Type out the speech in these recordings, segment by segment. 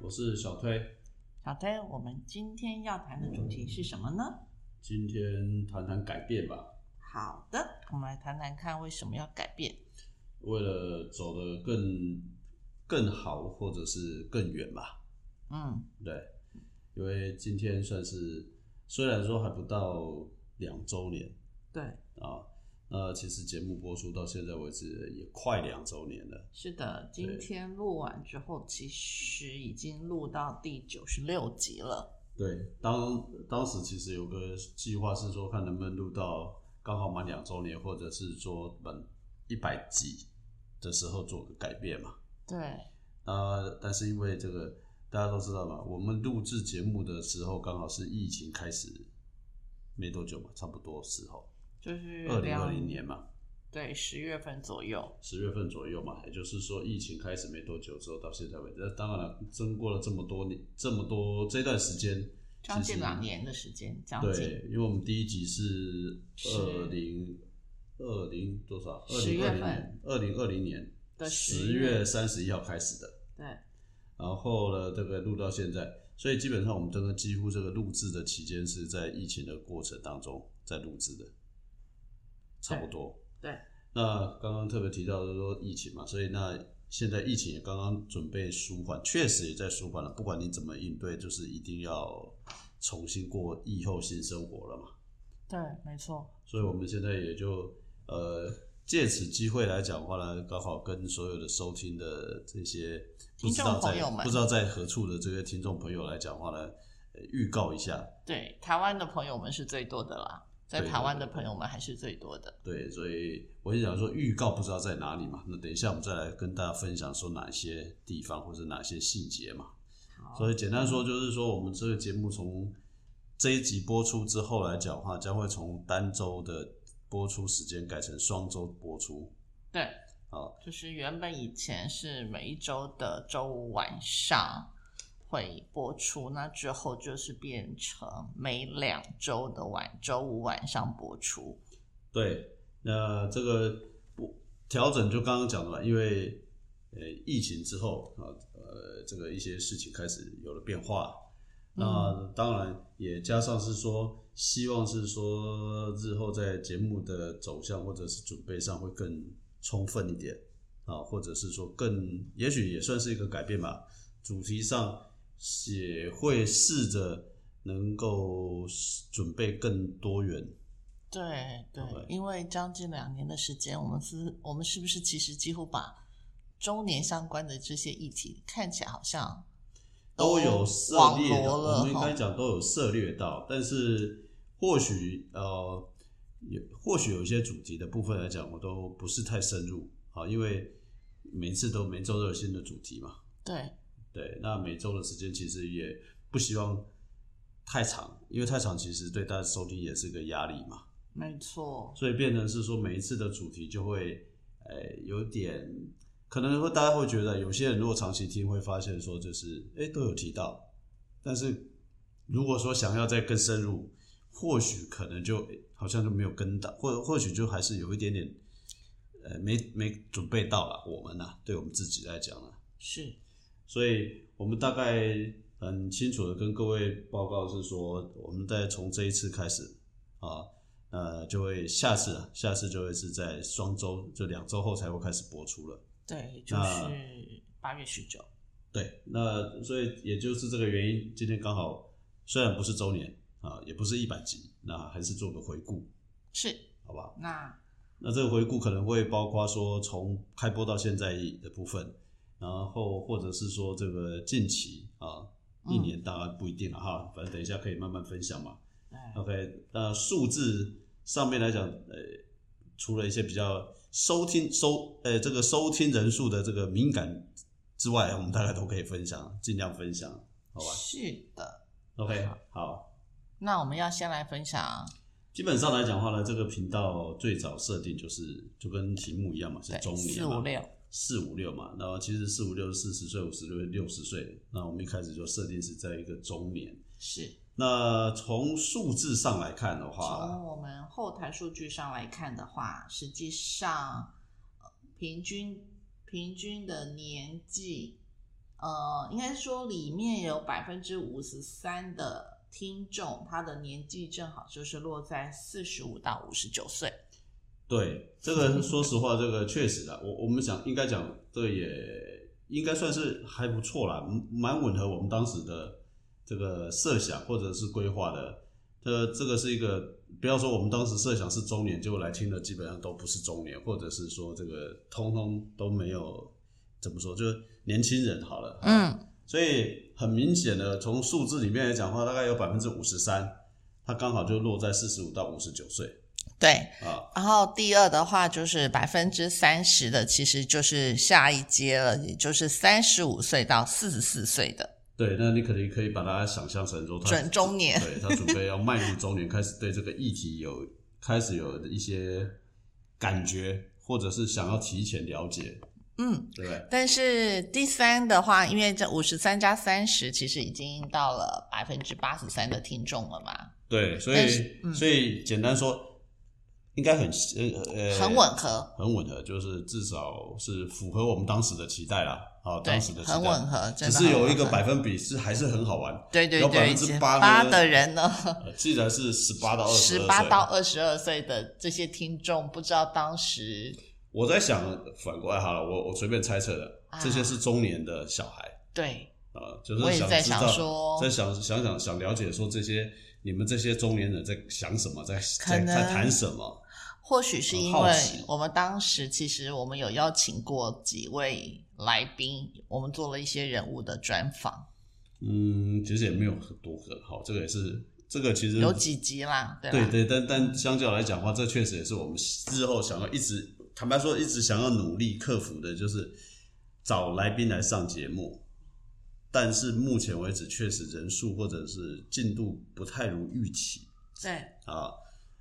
我是小推。小推，我们今天要谈的主题是什么呢？今天谈谈改变吧，好的，我们来谈谈看为什么要改变。为了走得更更好，或者是更远吧。嗯，对，因为今天算是虽然说还不到两周年对，啊，那其实节目播出到现在为止也快两周年了。是的，今天录完之后，其实已经录到第九十六集了。对，当当时其实有个计划是说，看能不能录到刚好满两周年，或者是说满一百集的时候做个改变嘛。对，啊，但是因为这个大家都知道嘛，我们录制节目的时候刚好是疫情开始没多久嘛，差不多时候，就是二零两二零年嘛，对十月份左右。十月份左右嘛，也就是说疫情开始没多久之后到现在为止，那当然了，经过了这么多年，这么多这段时间，将近其实两年的时间，将近对，因为我们第一集是是二零二零多少？二10零二月份零年，二零二零年的十10月月三十一号开始的。对然后呢，这个录到现在，所以基本上我们这个几乎这个录制的期间是在疫情的过程当中在录制的，差不多。对那刚刚特别提到的说疫情嘛，所以那现在疫情也刚刚准备舒缓，确实也在舒缓了。不管你怎么应对，就是一定要重新过疫后新生活了嘛。对，没错。所以我们现在也就呃借此机会来讲话呢，刚好跟所有的收听的这些不听知众道在朋友们不知道在何处的这些听众朋友来讲话呢，呃预告一下，对，台湾的朋友们是最多的啦，在对台湾对的对朋友们还是最多的。对，所以我就想说预告不知道在哪里嘛，那等一下我们再来跟大家分享说哪些地方或者哪些细节嘛。好所以简单说就是说，我们这个节目从这一集播出之后来讲的话，将会从单周的播出时间改成双周播出。对，好，就是原本以前是每一周的周五晚上会播出，那之后就是变成每两周的晚周五晚上播出。对，那这个不调整就刚刚讲的嘛，因为呃疫情之后啊，呃这个一些事情开始有了变化，那当然也加上是说，希望是说日后在节目的走向或者是准备上会更充分一点啊，或者是说更，也许也算是一个改变吧。主题上也会试着能够准备更多元，对对对，因为将近两年的时间，我们是，我们是不是其实几乎把周年相关的这些议题看起来好像都有涉网猎到，罗我了们应该哈？讲都有涉猎到，但是或许呃，有或许有一些主题的部分来讲，我都不是太深入啊，因为每次都每周都有新的主题嘛，对对，那每周的时间其实也不希望太长，因为太长其实对大家收听也是个压力嘛，没错，所以变成是说每一次的主题就会，呃，有点可能会大家会觉得，有些人如果长期听会发现说，就是哎、诶都有提到，但是如果说想要再更深入，或许可能就诶好像就没有跟到，或或许就还是有一点点，呃，没没准备到了，我们呐、对我们自己来讲啊，是所以我们大概很清楚的跟各位报告是说，我们在从这一次开始啊，呃，就会下次啊，下次就会是在双周，就两周后才会开始播出了。对，就那是八月十九。对，那所以也就是这个原因，今天刚好虽然不是周年啊，也不是一百集，那还是做个回顾，是，好吧？那那这个回顾可能会包括说从开播到现在的部分，然后或者是说这个近期啊，嗯一年当然不一定了哈，反正等一下可以慢慢分享嘛。哎 OK，那数字上面来讲，呃，除了一些比较收听收呃这个收听人数的这个敏感之外，我们大概都可以分享，尽量分享，好吧是的。 ？OK，好。那我们要先来分享，基本上来讲的话呢，这个频道最早设定就是就跟题目一样嘛，是对，中年四嘛五六，四五六嘛，然后其实四五六四十岁、五十六六十岁，那我们一开始就设定是在一个中年。是那从数字上来看的话，从我们后台数据上来看的话，实际上、呃平均平均的年纪呃，应该是说里面有百分之五十三的听众，他的年纪正好就是落在四十五到五十九岁。对，这个说实话，这个确实的，我我们想应该讲，这个也应该算是还不错啦，嗯蛮吻合我们当时的这个设想或者是规划的。这这个是一个，不要说我们当时设想是中年，结果来听的基本上都不是中年，或者是说这个通通都没有怎么说，就是年轻人好了。嗯，所以很明显的，从数字里面来讲的话，大概有百分之五十三，它刚好就落在四十五到五十九岁对。啊。然后第二的话就是百分之三十的，其实就是下一阶了，也就是三十五岁到四十四岁的对，那你可能可以把它想象成说他准中年。对他准备要迈入中年，开始对这个议题有开始有一些感觉，或者是想要提前了解，嗯，对不对？但是第三的话，因为这五十三加三十，其实已经到了百分之八十三的听众了嘛，对，所但是以、嗯所以简单说，应该很呃呃很吻合，很吻合，就是至少是符合我们当时的期待啦。啊，对当时的，期待很吻合，真只的是有很一吻个合百分比是还是很好玩。对对有对8%八呢的人呢，呃既然是十八到二十二八到二十二岁的这些听众，不知道当时我在想，反过来好了，我我随便猜测的啊，这些是中年的小孩对啊、就是我也想在知想道，说在想想想想了解说这些你们这些中年人在想什么，在在可能在谈什么？或许是因很好为奇我们当时其实我们有邀请过几位来宾，我们做了一些人物的专访，嗯，其实也没有很多个，好，这个也是这个其实有几集啦，对吧？对嗯对，但但相较来讲的话，这确实也是我们日后想要一直坦白说一直想要努力克服的，就是找来宾来上节目。但是目前为止，确实人数或者是进度不太如预期。对啊，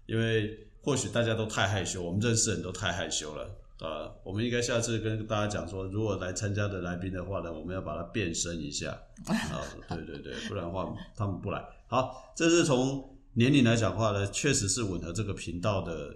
因为或许大家都太害羞，我们认识的人都太害羞了。啊，我们应该下次跟大家讲说，如果来参加的来宾的话呢，我们要把它变身一下啊，对对对，不然的话他们不来。好，这是从年龄来讲的话呢，确实是吻合这个频道的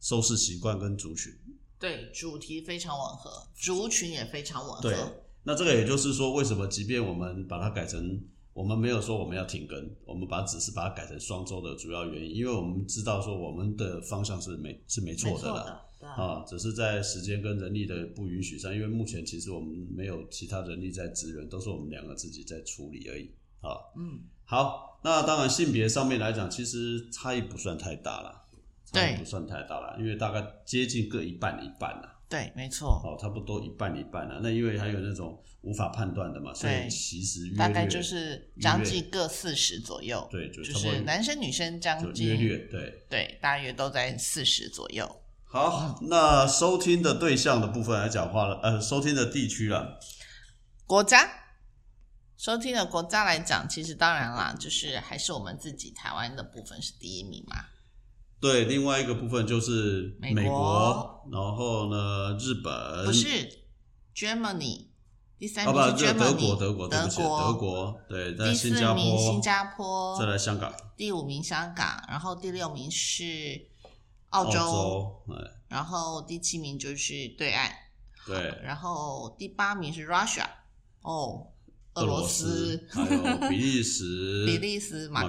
收视习惯跟族群。对，主题非常吻合，族群也非常吻合。啊对，那这个也就是说，为什么即便我们把它改成，我们没有说我们要停更，我们把只是把它改成双周的主要原因，因为我们知道说我们的方向是没是没没错的啦。，对啊，只是在时间跟人力的不允许上，因为目前其实我们没有其他人力在支援，都是我们两个自己在处理而已。啊，嗯，好，那当然性别上面来讲，其实差异不算太大啦，差异对不算太大啦，因为大概接近各一半一半啦。对，没错，哦，差不多一半一半了、啊那因为还有那种无法判断的嘛，所对以其实约略大概就是将近各四十左右，对，就就差不多是男生女生将就约近略对。对，大约都在四十左右。好，那收听的对象的部分来讲话了，呃，收听的地区了，国家收听的国家来讲，其实当然啦，就是还是我们自己台湾的部分是第一名嘛。对，另外一个部分就是美美国然后呢，日本不是 Germany 第三嗯啊，名不，是这 Germany，德国，德国，对德不起，德国，对，在第新四加名坡，新加坡，再来香港、第五名香港，然后第六名是澳澳洲，洲哎，然后第七名就是对岸，对，然后第八名是 Russia，哦，俄罗斯、俄罗斯还有比利时、比利时、马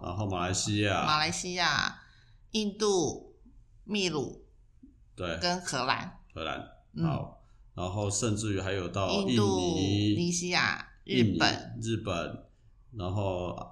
靠、，然后马来西亚、马来西亚、印度、秘鲁对，跟荷兰，荷兰，嗯，好，然后甚至于还有到印印度、尼、尼西亚、日印尼本、、日本，然后啊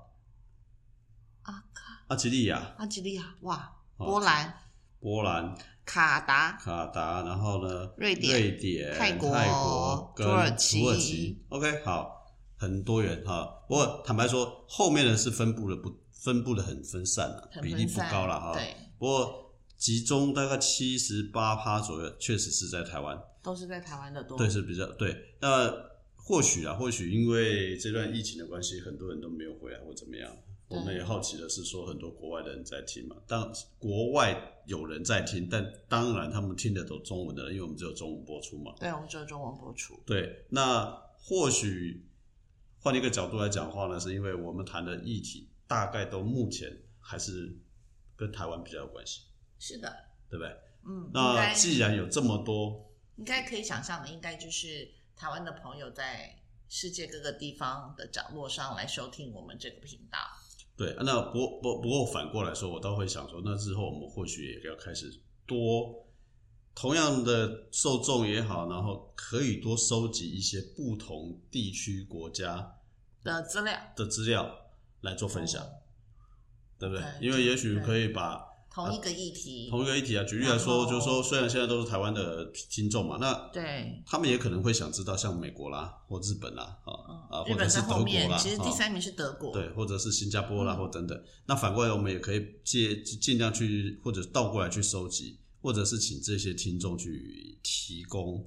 阿阿奇利亚、阿及利亚，哇，啊哦波兰、波兰、卡达，卡达，然后呢，瑞典瑞典、泰泰国跟土土耳耳其 OK，好，很多元哈。不过坦白说，后面的是分布的不分布的很分散了、很比例分不散高了哈。对，不过集中大概七十八趴左右，确实是在台湾。都是在台湾的多，对，是比较对。那或许啊，或许因为这段疫情的关系，很多人都没有回来或怎么样。对我们也好奇的是说，很多国外的人在听嘛，当国外有人在听，但当然他们听的都中文的，因为我们只有中文播出嘛。对，我们只有中文播出，对，那或许换一个角度来讲话呢，是因为我们谈的议题大概都目前还是跟台湾比较有关系，是的，对不对？嗯，应那该既然有这么多应该可以想象的，应该就是台湾的朋友在世界各个地方的角落上来收听我们这个频道。对，啊那不不不过反过来说，我倒会想说，那日后我们或许也要开始多同样的受众也好，然后可以多收集一些不同地区国家的资料，的资料来做分享，对不对 OK，？因为也许哦对可以把同一个议题，啊同一个议题啊，举例来然说，后就是说虽然现在都是台湾的听众嘛，那对，他们也可能会想知道像美国啦或日本啦啊嗯啊，日或者本是在德后国面，啦，其实第啊三名是德国，对，或者是新加坡嗯啦，或等等。那反过来，我们也可以借尽量去，或者倒过来去收集，或者是请这些听众去提供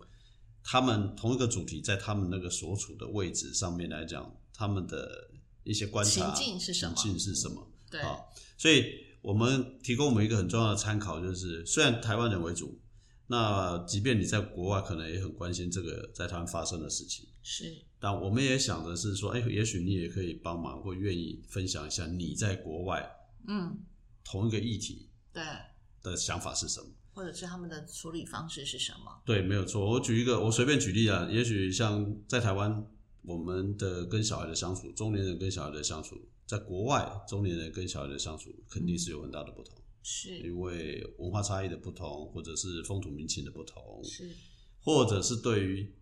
他们同一个主题，在他们那个所处的位置上面来讲，他们的一些观察情境是什么情境是什么？对啊所以我们提供我们一个很重要的参考，就是虽然台湾人为主，那即便你在国外可能也很关心这个在台湾发生的事情。是但我们也想的是说，哎，也许你也可以帮忙或愿意分享一下你在国外嗯，同一个议题对，的想法是什么。或者是他们的处理方式是什么？对，没有错。我举一个，我随便举例啊，也许像在台湾，我们的跟小孩的相处，中年人跟小孩的相处，在国外中年人跟小孩的相处肯定是有很大的不同，是因为文化差异的不同，或者是风土民情的不同，是，或者是对于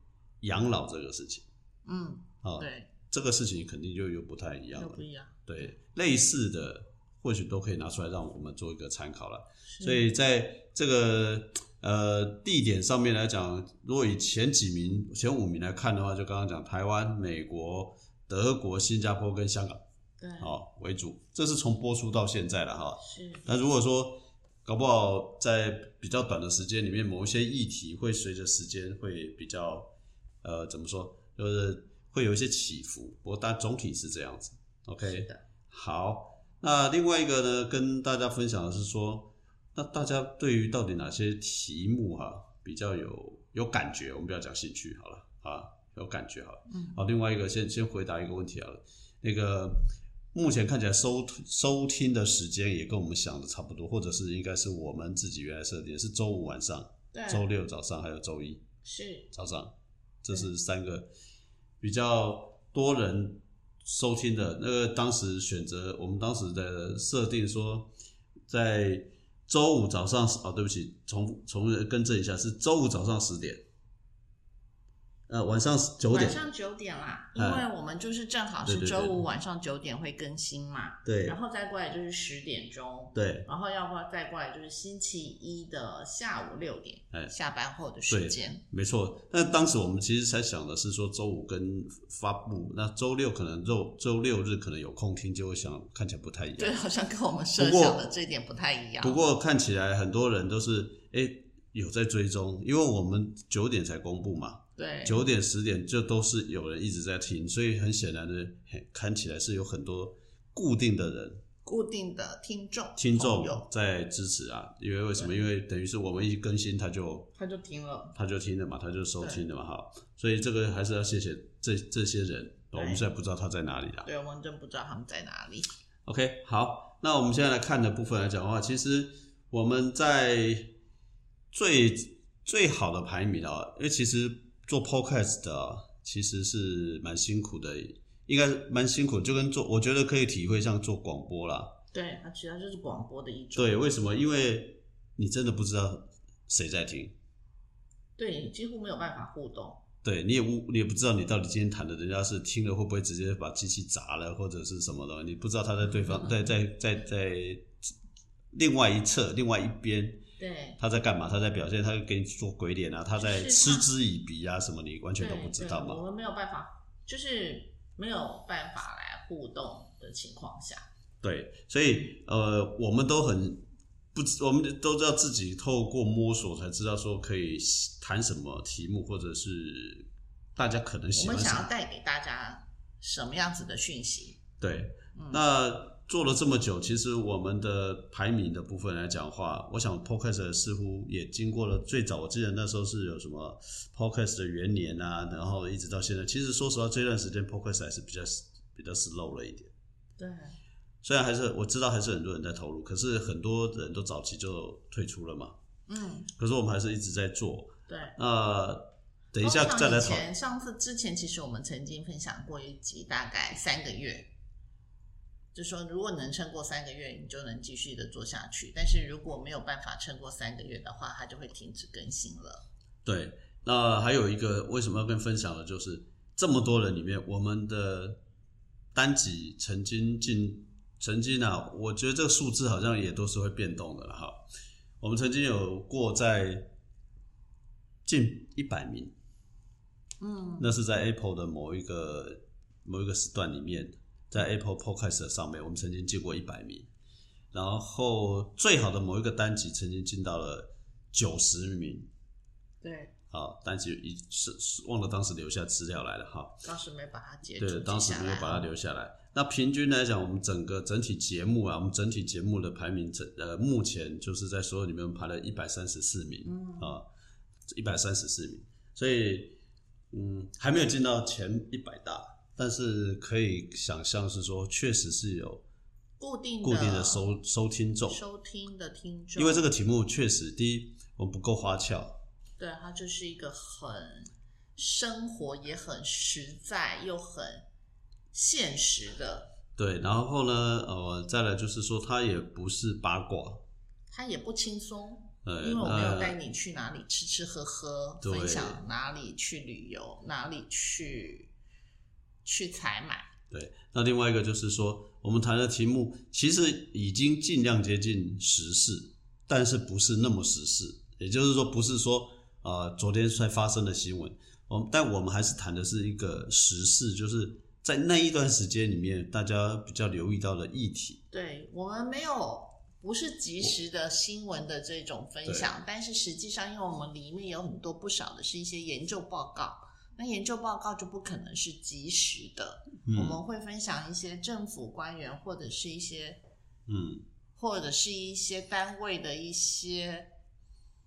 养老这个事情嗯，啊，对，这个事情肯定就又不太一样又了不。一样，对，类似的或许都可以拿出来让我们做一个参考了。是所以在这个呃地点上面来讲，如果以前几名、前五名来看的话，就刚刚讲台湾、美国、德国、新加坡跟香港对，哦为主，这是从播出到现在了哈。是那如果说搞不好在比较短的时间里面，某一些议题会随着时间会比较呃怎么说，就是会有一些起伏，不过但总体是这样子。OK，是的，好，那另外一个呢，跟大家分享的是说，那大家对于到底哪些题目哈、比较有有感觉？我们不要讲兴趣好了啊，有感觉好了。嗯，好，另外一个先先回答一个问题好了，那个目前看起来收收听的时间也跟我们想的差不多，或者是应该是我们自己原来设定的是周五晚上、对，周六早上还有周一。是早上，这是三个比较多人收听的。那个当时选择，我们当时的设定说，在周五早上哦，对不起，重重更正一下，是周五早上十点，呃，晚上九点晚，上九点啦，因哎为我们就是正好对是对对周五晚上九点会更新嘛，对然后再过来就是十点钟，对然后要不要再过来就是星期一的下午六点，哎下班后的对时间，没错。但当时我们其实才想的是说，周五跟发布，那周六可能周周六日可能有空听，就会想看起来不太一样。对，好像跟我们设不过想的这一点不太一样。不过看起来很多人都是哎、诶有在追踪，因为我们九点才公布嘛，对，九点十点就都是有人一直在听，所以很显然的，嘿看起来是有很多固定的人固定的听众听众朋友在支持啊。因为为什么？对因为等于是我们一更新，他就他就听了，他就听了嘛，他就收听了嘛，哈。所以这个还是要谢谢这这些人，我对们现在不知道他在哪里啦。对，我们真不知道他们在哪里。 OK，好，那我们现在来看的部分来讲的话，其实我们在最最好的排名啊，因为其实做 Podcast 的啊、其实是蛮辛苦的，应该蛮辛苦，就跟做我觉得可以体会像做广播啦。对，啊它其实就是广播的一种。对，为什么？因为你真的不知道谁在听，对，你几乎没有办法互动。对你也无你也不知道你到底今天谈的人家是听了会不会直接把机器砸了或者是什么的，你不知道他在对方在在在在另外一侧另外一边。对，他在干嘛？他在表现，他在给你做鬼脸啊，他在是嗤他之以鼻啊，什么你完全都对不知道对我嘛。们没有办法，就是没有办法来互动的情况下，对，所以呃，我们都很不知，我们都知道自己透过摸索才知道说可以谈什么题目，或者是大家可能我喜欢们什想么要。带给大家什么样子的讯息？对，嗯那做了这么久，其实我们的排名的部分来讲的话，我想 Podcast 似乎也经过了最早，我记得那时候是有什么 Podcast 的元年啊，然后一直到现在。其实说实话，这段时间 Podcast 还是比较比较 slow 了一点。对，虽然还是我知道还是很多人在投入，可是很多人都早期就退出了嘛。嗯，可是我们还是一直在做。对，那等一下通常再来哦以讨前上次之前，其实我们曾经分享过一集，大概三个月，就说如果能撑过三个月，你就能继续的做下去；但是如果没有办法撑过三个月的话，它就会停止更新了。对，那还有一个为什么要跟分享的，就是这么多人里面，我们的单集曾经进，曾经啊，我觉得这个数字好像也都是会变动的了哈。我们曾经有过在近一百名，嗯，那是在 Apple 的某一个某一个时段里面，在 Apple Podcast 的上面，我们曾经进过一百名。然后最好的某一个单集曾经进到了九十名，对，好，但是一是是忘了当时留下资料来了哈。当时没把它截住，对，当时记下没有来把它留下来。那平均来讲，我们整个整体节目啊，我们整体节目的排名，整呃目前就是在所有里面排了一百三十四名嗯啊，一百三十四名，所以嗯还没有进到前一百大，但是可以想象是说，确实是有固定固定的收收听众，收听的听众，因为这个题目确实第一我们不够花俏，对，它就是一个很生活也很实在又很现实的，对，然后呢，呃，再来就是说，它也不是八卦，它也不轻松，呃，因为我没有那带你去哪里吃吃喝喝，对分享哪里去旅游，哪里去去采买，对，那另外一个就是说，我们谈的题目其实已经尽量接近时事，但是不是那么时事，也就是说，不是说呃昨天才发生的新闻，我们但我们还是谈的是一个时事，就是在那一段时间里面大家比较留意到的议题。对我们没有。不是及时的新闻的这种分享，但是实际上，因为我们里面有很多不少的是一些研究报告，那研究报告就不可能是及时的，我嗯们会分享一些政府官员或者是一些嗯，或者是一些单位的一些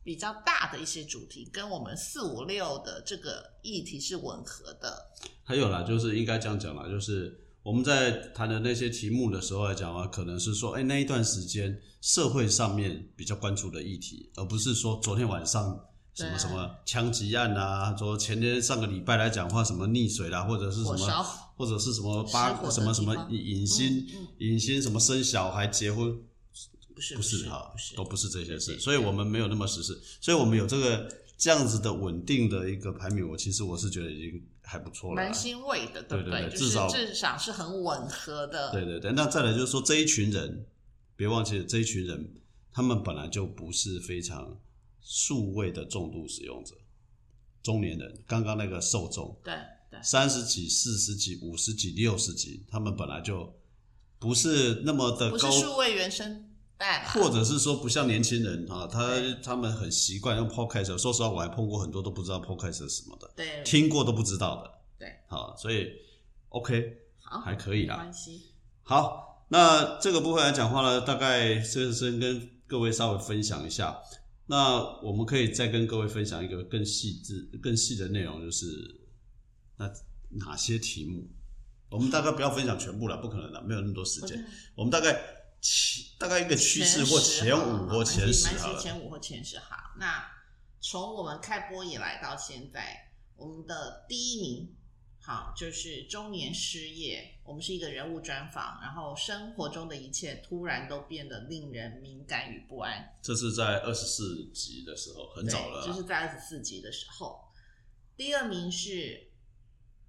比较大的一些主题，跟我们四五六的这个议题是吻合的。还有啦，就是应该这样讲啦，就是我们在谈的那些题目的时候来讲啊，可能是说，哎、那一段时间社会上面比较关注的议题，而不是说昨天晚上什么对什么枪击案啊，说前天上个礼拜来讲话什么溺水啦，或者是什火么，烧，或者是什么失火八的什么什地么方影星嗯嗯，影星什么生小孩结婚，不是不是是哈不是，都不是这些对事，对所以我们没有那么实事，所以我们有这个这样子的稳定的一个排名，我其实我是觉得已经还不错了啦。蛮欣慰的，对不对对就至是少至少是很吻合的。对对对，那再来就是说这一群人，别忘记了这一群人，他们本来就不是非常数位的重度使用者，中年人，刚刚那个受众，对对三十几、四十几、五十几、六十几，他们本来就不是那么的不高是，数位原声带啦，或者是说不像年轻人啊，他对他们很习惯用 podcast，说实话我还碰过很多都不知道 podcast 是什么的，对，听过都不知道的，对，好，所以 OK 好还可以没啦，关系，好，那这个部分来讲话呢，大概先先跟各位稍微分享一下。那我们可以再跟各位分享一个更细致、更细的内容，就是那哪些题目，我们大概不要分享全部了，不可能的，没有那么多时我间觉。得我们大概趋大概一个趋势或十前好五或了前十没好关系了。前五或前十好。那从我们开播以来到现在，我们的第一名好就是中年失业，我们是一个人物专访，然后生活中的一切突然都变得令人敏感与不安。这是在二十四集的时候，很对，早了啊。就是在二十四集的时候。第二名是，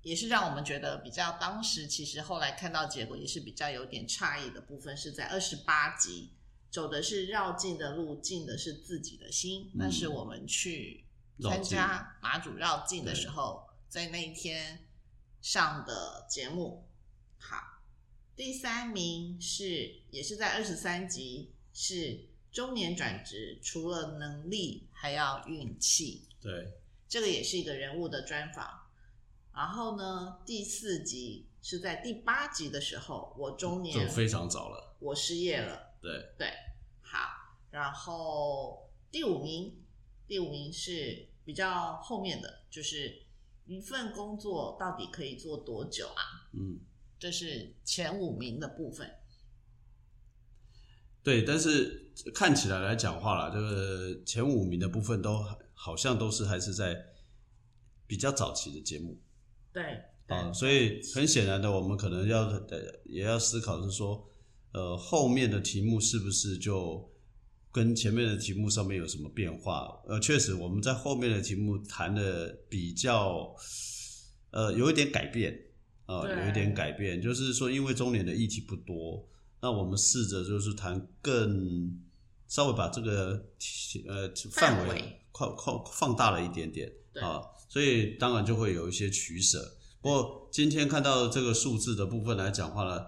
也是让我们觉得比较当时其实后来看到结果也是比较有点诧异的部分，是在二十八集走的是绕境的路，进的是自己的心。那是嗯我们去参加马祖绕境的时候，在那一天上的节目。好，第三名是也是在二十三集，是中年转职，除了能力还要运气，对，这个也是一个人物的专访。然后呢，第四集是在第八集的时候，我中就年，非常早了。我失业了，对，对，好。然后第五名，第五名是比较后面的，就是一份工作到底可以做多久啊？嗯。这是前五名的部分。对，但是看起来来讲话啦，这个前五名的部分都好像都是还是在比比较早期的节目对啊，所以很显然的，我们可能要呃也要思考是说，呃，后面的题目是不是就跟前面的题目上面有什么变化？呃，确实我们在后面的题目谈的比较，呃，有一点改变啊、对有一点改变，就是说因为中年的议题不多，那我们试着就是谈更稍微把这个题呃范范围围扩扩放大了一点点对啊，所以当然就会有一些取舍。不过今天看到这个数字的部分来讲话呢，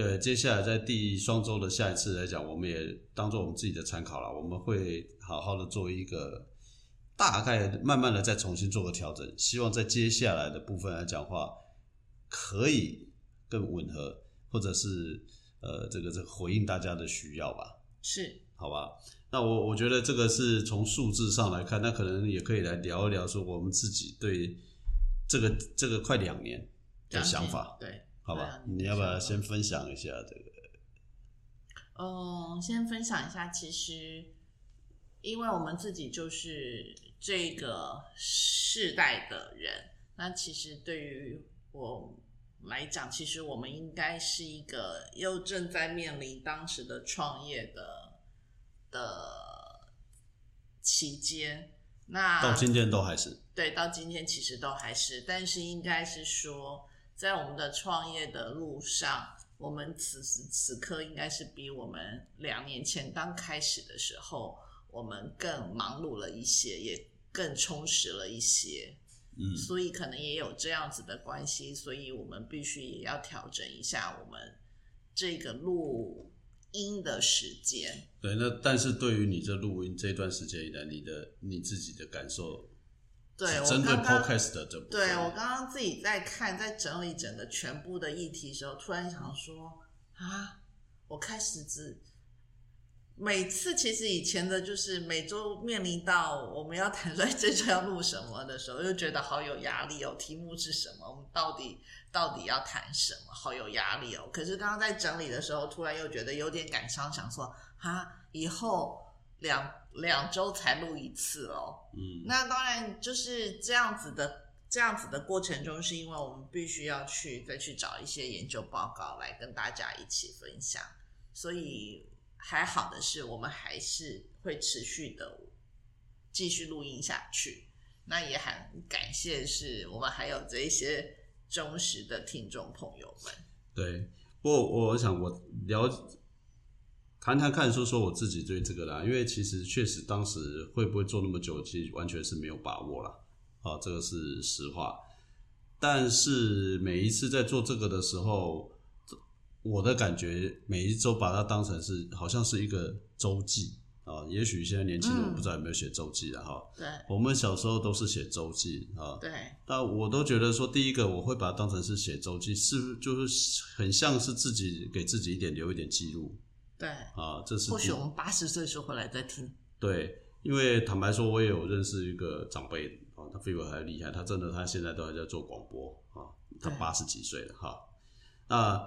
呃，接下来在第双周的下一次来讲，我们也当做我们自己的参考了，我们会好好的做一个大概，慢慢的再重新做个调整，希望在接下来的部分来讲话，可以更吻合，或者是呃，这个这个回应大家的需要吧，是好吧？那我我觉得这个是从数字上来看，那可能也可以来聊一聊，说我们自己对这个这个快两年的想法。对，好对吧啊，你的要不要想法先分享一下这个？嗯，先分享一下，其实因为我们自己就是这个世代的人，那其实对于我来讲，其实我们应该是一个又正在面临当时的创业的的期间。那到今天都还是对，到今天其实都还是，但是应该是说，在我们的创业的路上，我们此时此刻应该是比我们两年前刚开始的时候，我们更忙碌了一些，也更充实了一些，嗯所以可能也有这样子的关系，所以我们必须也要调整一下我们这个录音的时间。对。那但是对于你这录音这段时间以来，你的你自己的感受，对我针对刚刚 podcast 的这部分，对我刚刚自己在看，在整理整个全部的议题的时候，突然想说啊，我开始只每次其实以前的就是每周面临到我们要谈说哎这周要录什么的时候，就觉得好有压力哦，题目是什么，我们到底到底要谈什么，好有压力哦。可是刚刚在整理的时候，突然又觉得有点感伤，想说啊，以后两两周才录一次哦。嗯那当然就是这样子的，这样子的过程中，是因为我们必须要去再去找一些研究报告来跟大家一起分享，所以还好的是，我们还是会持续的继续录音下去。那也很感谢，是我们还有这一些忠实的听众朋友们。对。不过我我想我聊谈谈看，说说我自己对这个啦，因为其实确实当时会不会做那么久，其实完全是没有把握啦。啊，这个是实话。但是每一次在做这个的时候，我的感觉每一周把它当成是好像是一个周记啊。也许现在年轻人嗯我不知道有没有写周记了哈、对我们小时候都是写周记啊，对但我都觉得说，第一个我会把它当成是写周记，是就是很像是自己给自己一点留一点记录对，啊，这是或第许我们八十岁的时候回来再听。对，因为坦白说，我也有认识一个长辈啊，哦他比我还厉害，他真的他现在都还在做广播啊，他对八十几岁了哈。那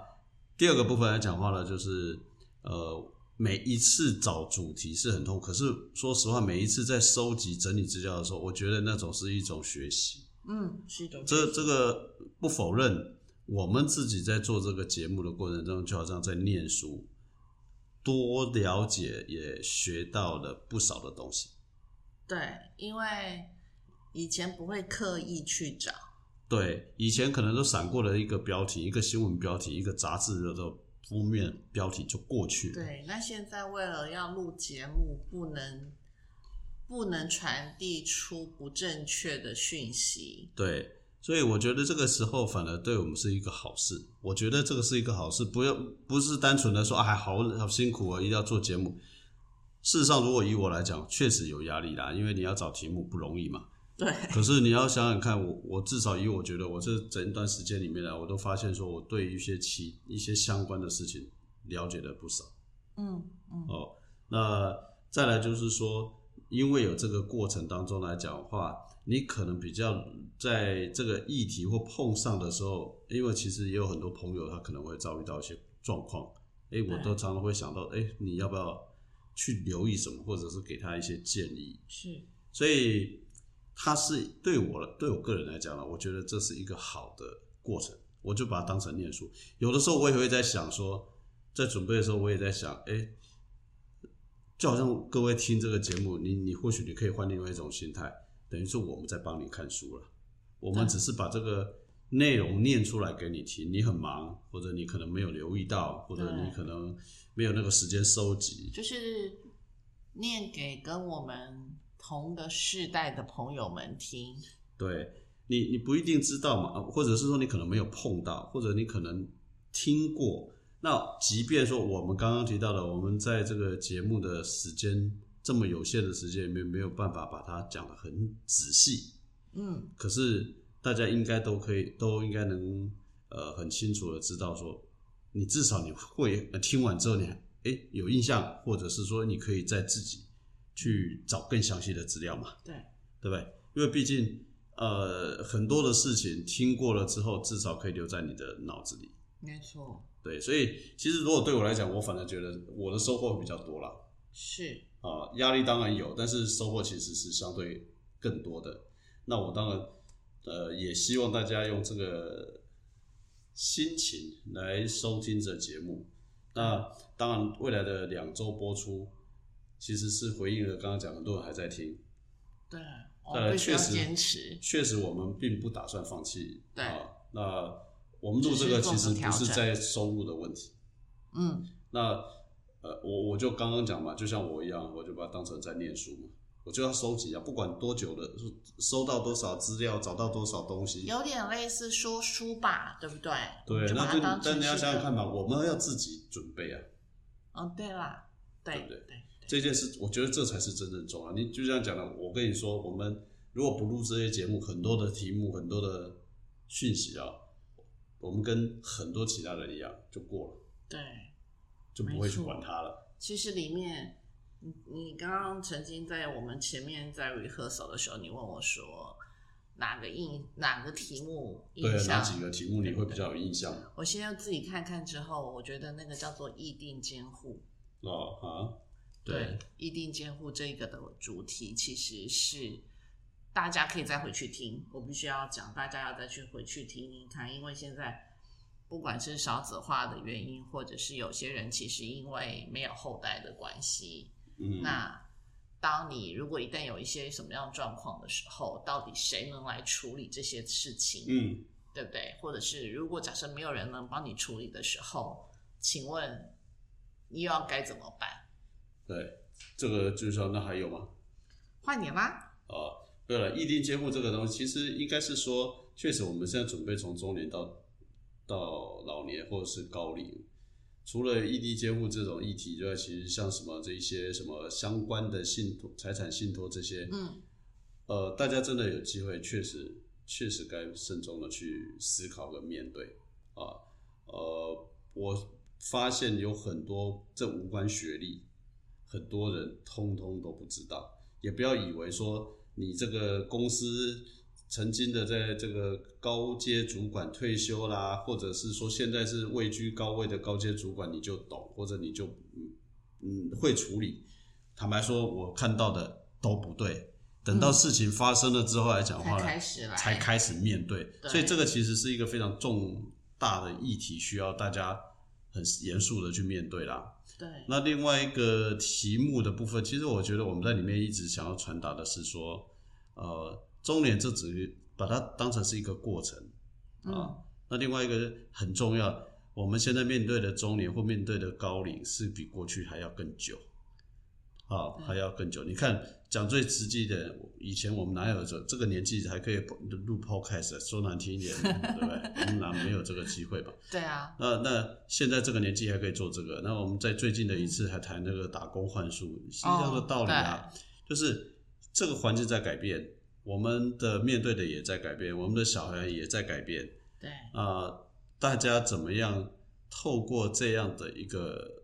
第二个部分来讲话呢，就是呃，每一次找主题是很痛苦，可是说实话，每一次在收集整理资料的时候，我觉得那种是一种学习。嗯，是一种这这个不否认，我们自己在做这个节目的过程中，就好像在念书，多了解也学到了不少的东西。对，因为以前不会刻意去找，对，以前可能都闪过了一个标题，一个新闻标题，一个杂志的封面标题就过去了。对。那现在为了要录节目，不能不能传递出不正确的讯息，对，所以我觉得这个时候反而对我们是一个好事。我觉得这个是一个好事，不要不是单纯的说哎好好辛苦啊，一定要做节目。事实上，如果以我来讲，确实有压力啦，因为你要找题目不容易嘛。对可是你要想想看，我我至少以我觉得我这整段时间里面来，我都发现说我对于一些其一些相关的事情了解了不少。嗯嗯，哦，那再来就是说，因为有这个过程当中来讲的话，你可能比较在这个议题或碰上的时候，因为其实也有很多朋友他可能会遭遇到一些状况，诶，我对都常常会想到，诶，你要不要去留意什么，或者是给他一些建议？是所以它是对我对我个人来讲呢，我觉得这是一个好的过程，我就把它当成念书。有的时候我也会在想说，在准备的时候我也在想，哎，就好像各位听这个节目，你你或许你可以换另外一种心态，等于是我们在帮你看书了，我们对只是把这个内容念出来给你听。你很忙，或者你可能没有留意到，或者对你可能没有那个时间收集。就是念给跟我们同个世代的朋友们听，对你，你不一定知道嘛，呃或者是说你可能没有碰到，或者你可能听过。那即便说我们刚刚提到的，我们在这个节目的时间这么有限的时间里面，没有办法把它讲得很仔细，嗯，可是大家应该都可以，都应该能呃很清楚的知道说，你至少你会、呃、听完之后你还诶有印象，或者是说你可以在自己去找更详细的资料嘛。对，对不对？因为毕竟呃很多的事情听过了之后，至少可以留在你的脑子里。没错，对，所以其实如果对我来讲，我反而觉得我的收获会比较多啦。是啊、压力当然有，但是收获其实是相对更多的。那我当然呃也希望大家用这个心情来收听这节目。那当然，未来的两周播出，其实是回应了刚刚讲，很多人还在听，对，我呃们必须要确实坚持，确实，我们并不打算放弃。对啊，那我们录这个只是做其实调不是整在收入的问题。嗯，那呃，我我就刚刚讲嘛，就像我一样，我就把它当成在念书嘛，我就要收集啊，不管多久的，收到多少资料，找到多少东西。有点类似说书吧，对不对？对，就把那它就当成但你要是想想个看吧，我们要自己准备啊，嗯，对啦，对对不对对这件事，我觉得这才是真正重要。你就这样讲了，我跟你说，我们如果不录这些节目，很多的题目，很多的讯息啊，我们跟很多其他人一样就过了，对，就不会去管它了。其实里面，你你刚刚曾经在我们前面在 rehearsal 的时候，你问我说哪个印哪个题目对印啊，哪象，几个题目你会比较有印象？我现在自己看看之后，我觉得那个叫做议定监护。哦啊，对，议定监护这个的主题其实是大家可以再回去听，我必须要讲，大家要再去回去听听看，因为现在不管是少子化的原因，或者是有些人其实因为没有后代的关系，嗯，那当你如果一旦有一些什么样的状况的时候，到底谁能来处理这些事情？嗯，对不对？或者是如果假设没有人能帮你处理的时候，请问你又要该怎么办？对，这个就是说，那还有吗？换你啦，啊，对了，议定监护这个东西，其实应该是说，确实我们现在准备从中年到到老年或者是高龄，除了异地监护这种议题之外，其实像什么这一些什么相关的信托、财产信托这些，嗯，呃，大家真的有机会，确实确实该慎重的去思考跟面对啊。呃，我发现有很多这无关学历，很多人通通都不知道，也不要以为说你这个公司。曾经的在这个高阶主管退休啦，或者是说现在是位居高位的高阶主管，你就懂，或者你就嗯嗯会处理。坦白说，我看到的都不对，等嗯到事情发生了之后来讲话才了，开始来，才开始面对。对所以这个其实是一个非常重大的议题，需要大家很严肃的去面对啦。对，那另外一个题目的部分，其实我觉得我们在里面一直想要传达的是说，呃，中年这只是把它当成是一个过程啊。嗯，那另外一个很重要，我们现在面对的中年或面对的高龄是比过去还要更久，啊，对还要更久。你看，讲最实际的，以前我们哪有这这个年纪还可以录 podcast？说难听一点，对不对？我们哪没有这个机会吧？对啊，那那现在这个年纪还可以做这个，那我们在最近的一次还谈那个打工换宿，是一样的道理啊，就是这个环境在改变，我们的面对的也在改变，我们的小孩也在改变。对，啊、大家怎么样透过这样的一个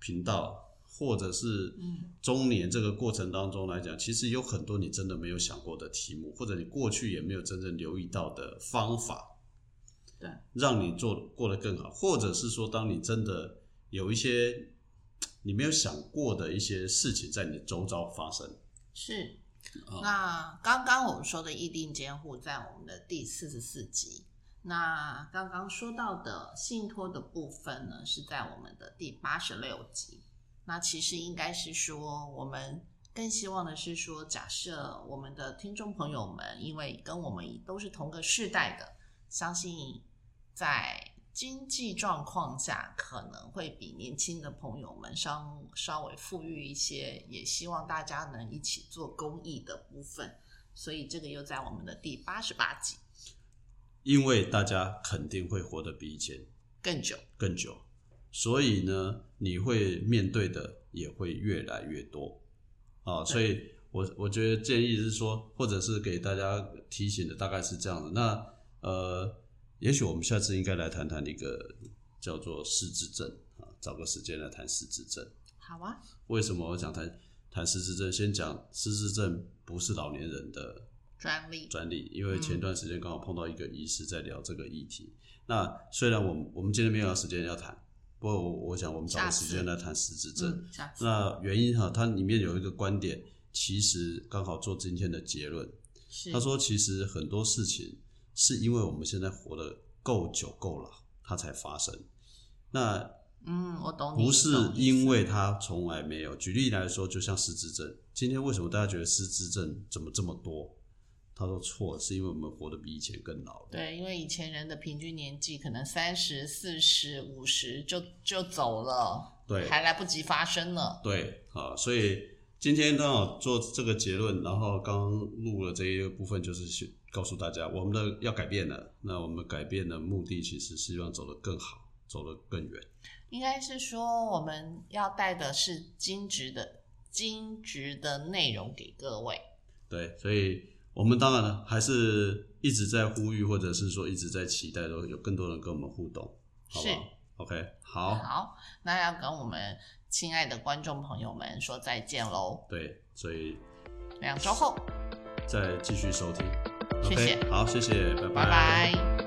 频道，或者是嗯中年这个过程当中来讲，其实有很多你真的没有想过的题目，或者你过去也没有真正留意到的方法，对，让你做过得更好，或者是说，当你真的有一些你没有想过的一些事情在你周遭发生，是。啊那刚刚我们说的议定监护，在我们的第四十四集。那刚刚说到的信托的部分呢，是在我们的第八十六集。那其实应该是说，我们更希望的是说，假设我们的听众朋友们，因为跟我们都是同个世代的，相信在经济状况下可能会比年轻的朋友们稍稍微富裕一些，也希望大家能一起做公益的部分。所以这个又在我们的第八十八集因为大家肯定会活得比以前更久。更久，所以呢，你会面对的也会越来越多啊。所以我我觉得建议是说，或者是给大家提醒的大概是这样的。那呃，也许我们下次应该来谈谈一个叫做失智症啊，找个时间来谈失智症。好啊，为什么我想谈谈失智症？先讲失智症不是老年人的专利专利，因为前段时间刚好碰到一个医师在聊这个议题。那虽然我们我们今天没有时间要谈，不过我我想我们找个时间来谈失智症。嗯，下次那原因哈，它里面有一个观点，其实刚好做今天的结论。是他说，其实很多事情是因为我们现在活得够久够老，它才发生。那嗯，我懂你，不是懂你因为它从来没有。举例来说，就像失智症，今天为什么大家觉得失智症怎么这么多？他说错，是因为我们活得比以前更老了。对，因为以前人的平均年纪可能三十四十五十就就走了，对还来不及发生呢。对，好，所以今天刚好做这个结论，然后刚录了这一部分，就是去告诉大家我们的要改变了。那我们改变的目的其实是希望走得更好，走得更远。应该是说我们要带的是精值的精值的内容给各位。对，所以我们当然了还是一直在呼吁，或者是说一直在期待，说有更多人跟我们互动，好不是好？OK，好，好，那要跟我们亲爱的观众朋友们说再见喽，对，所以两周后，再继续收听。谢谢 OK，好，谢谢，拜拜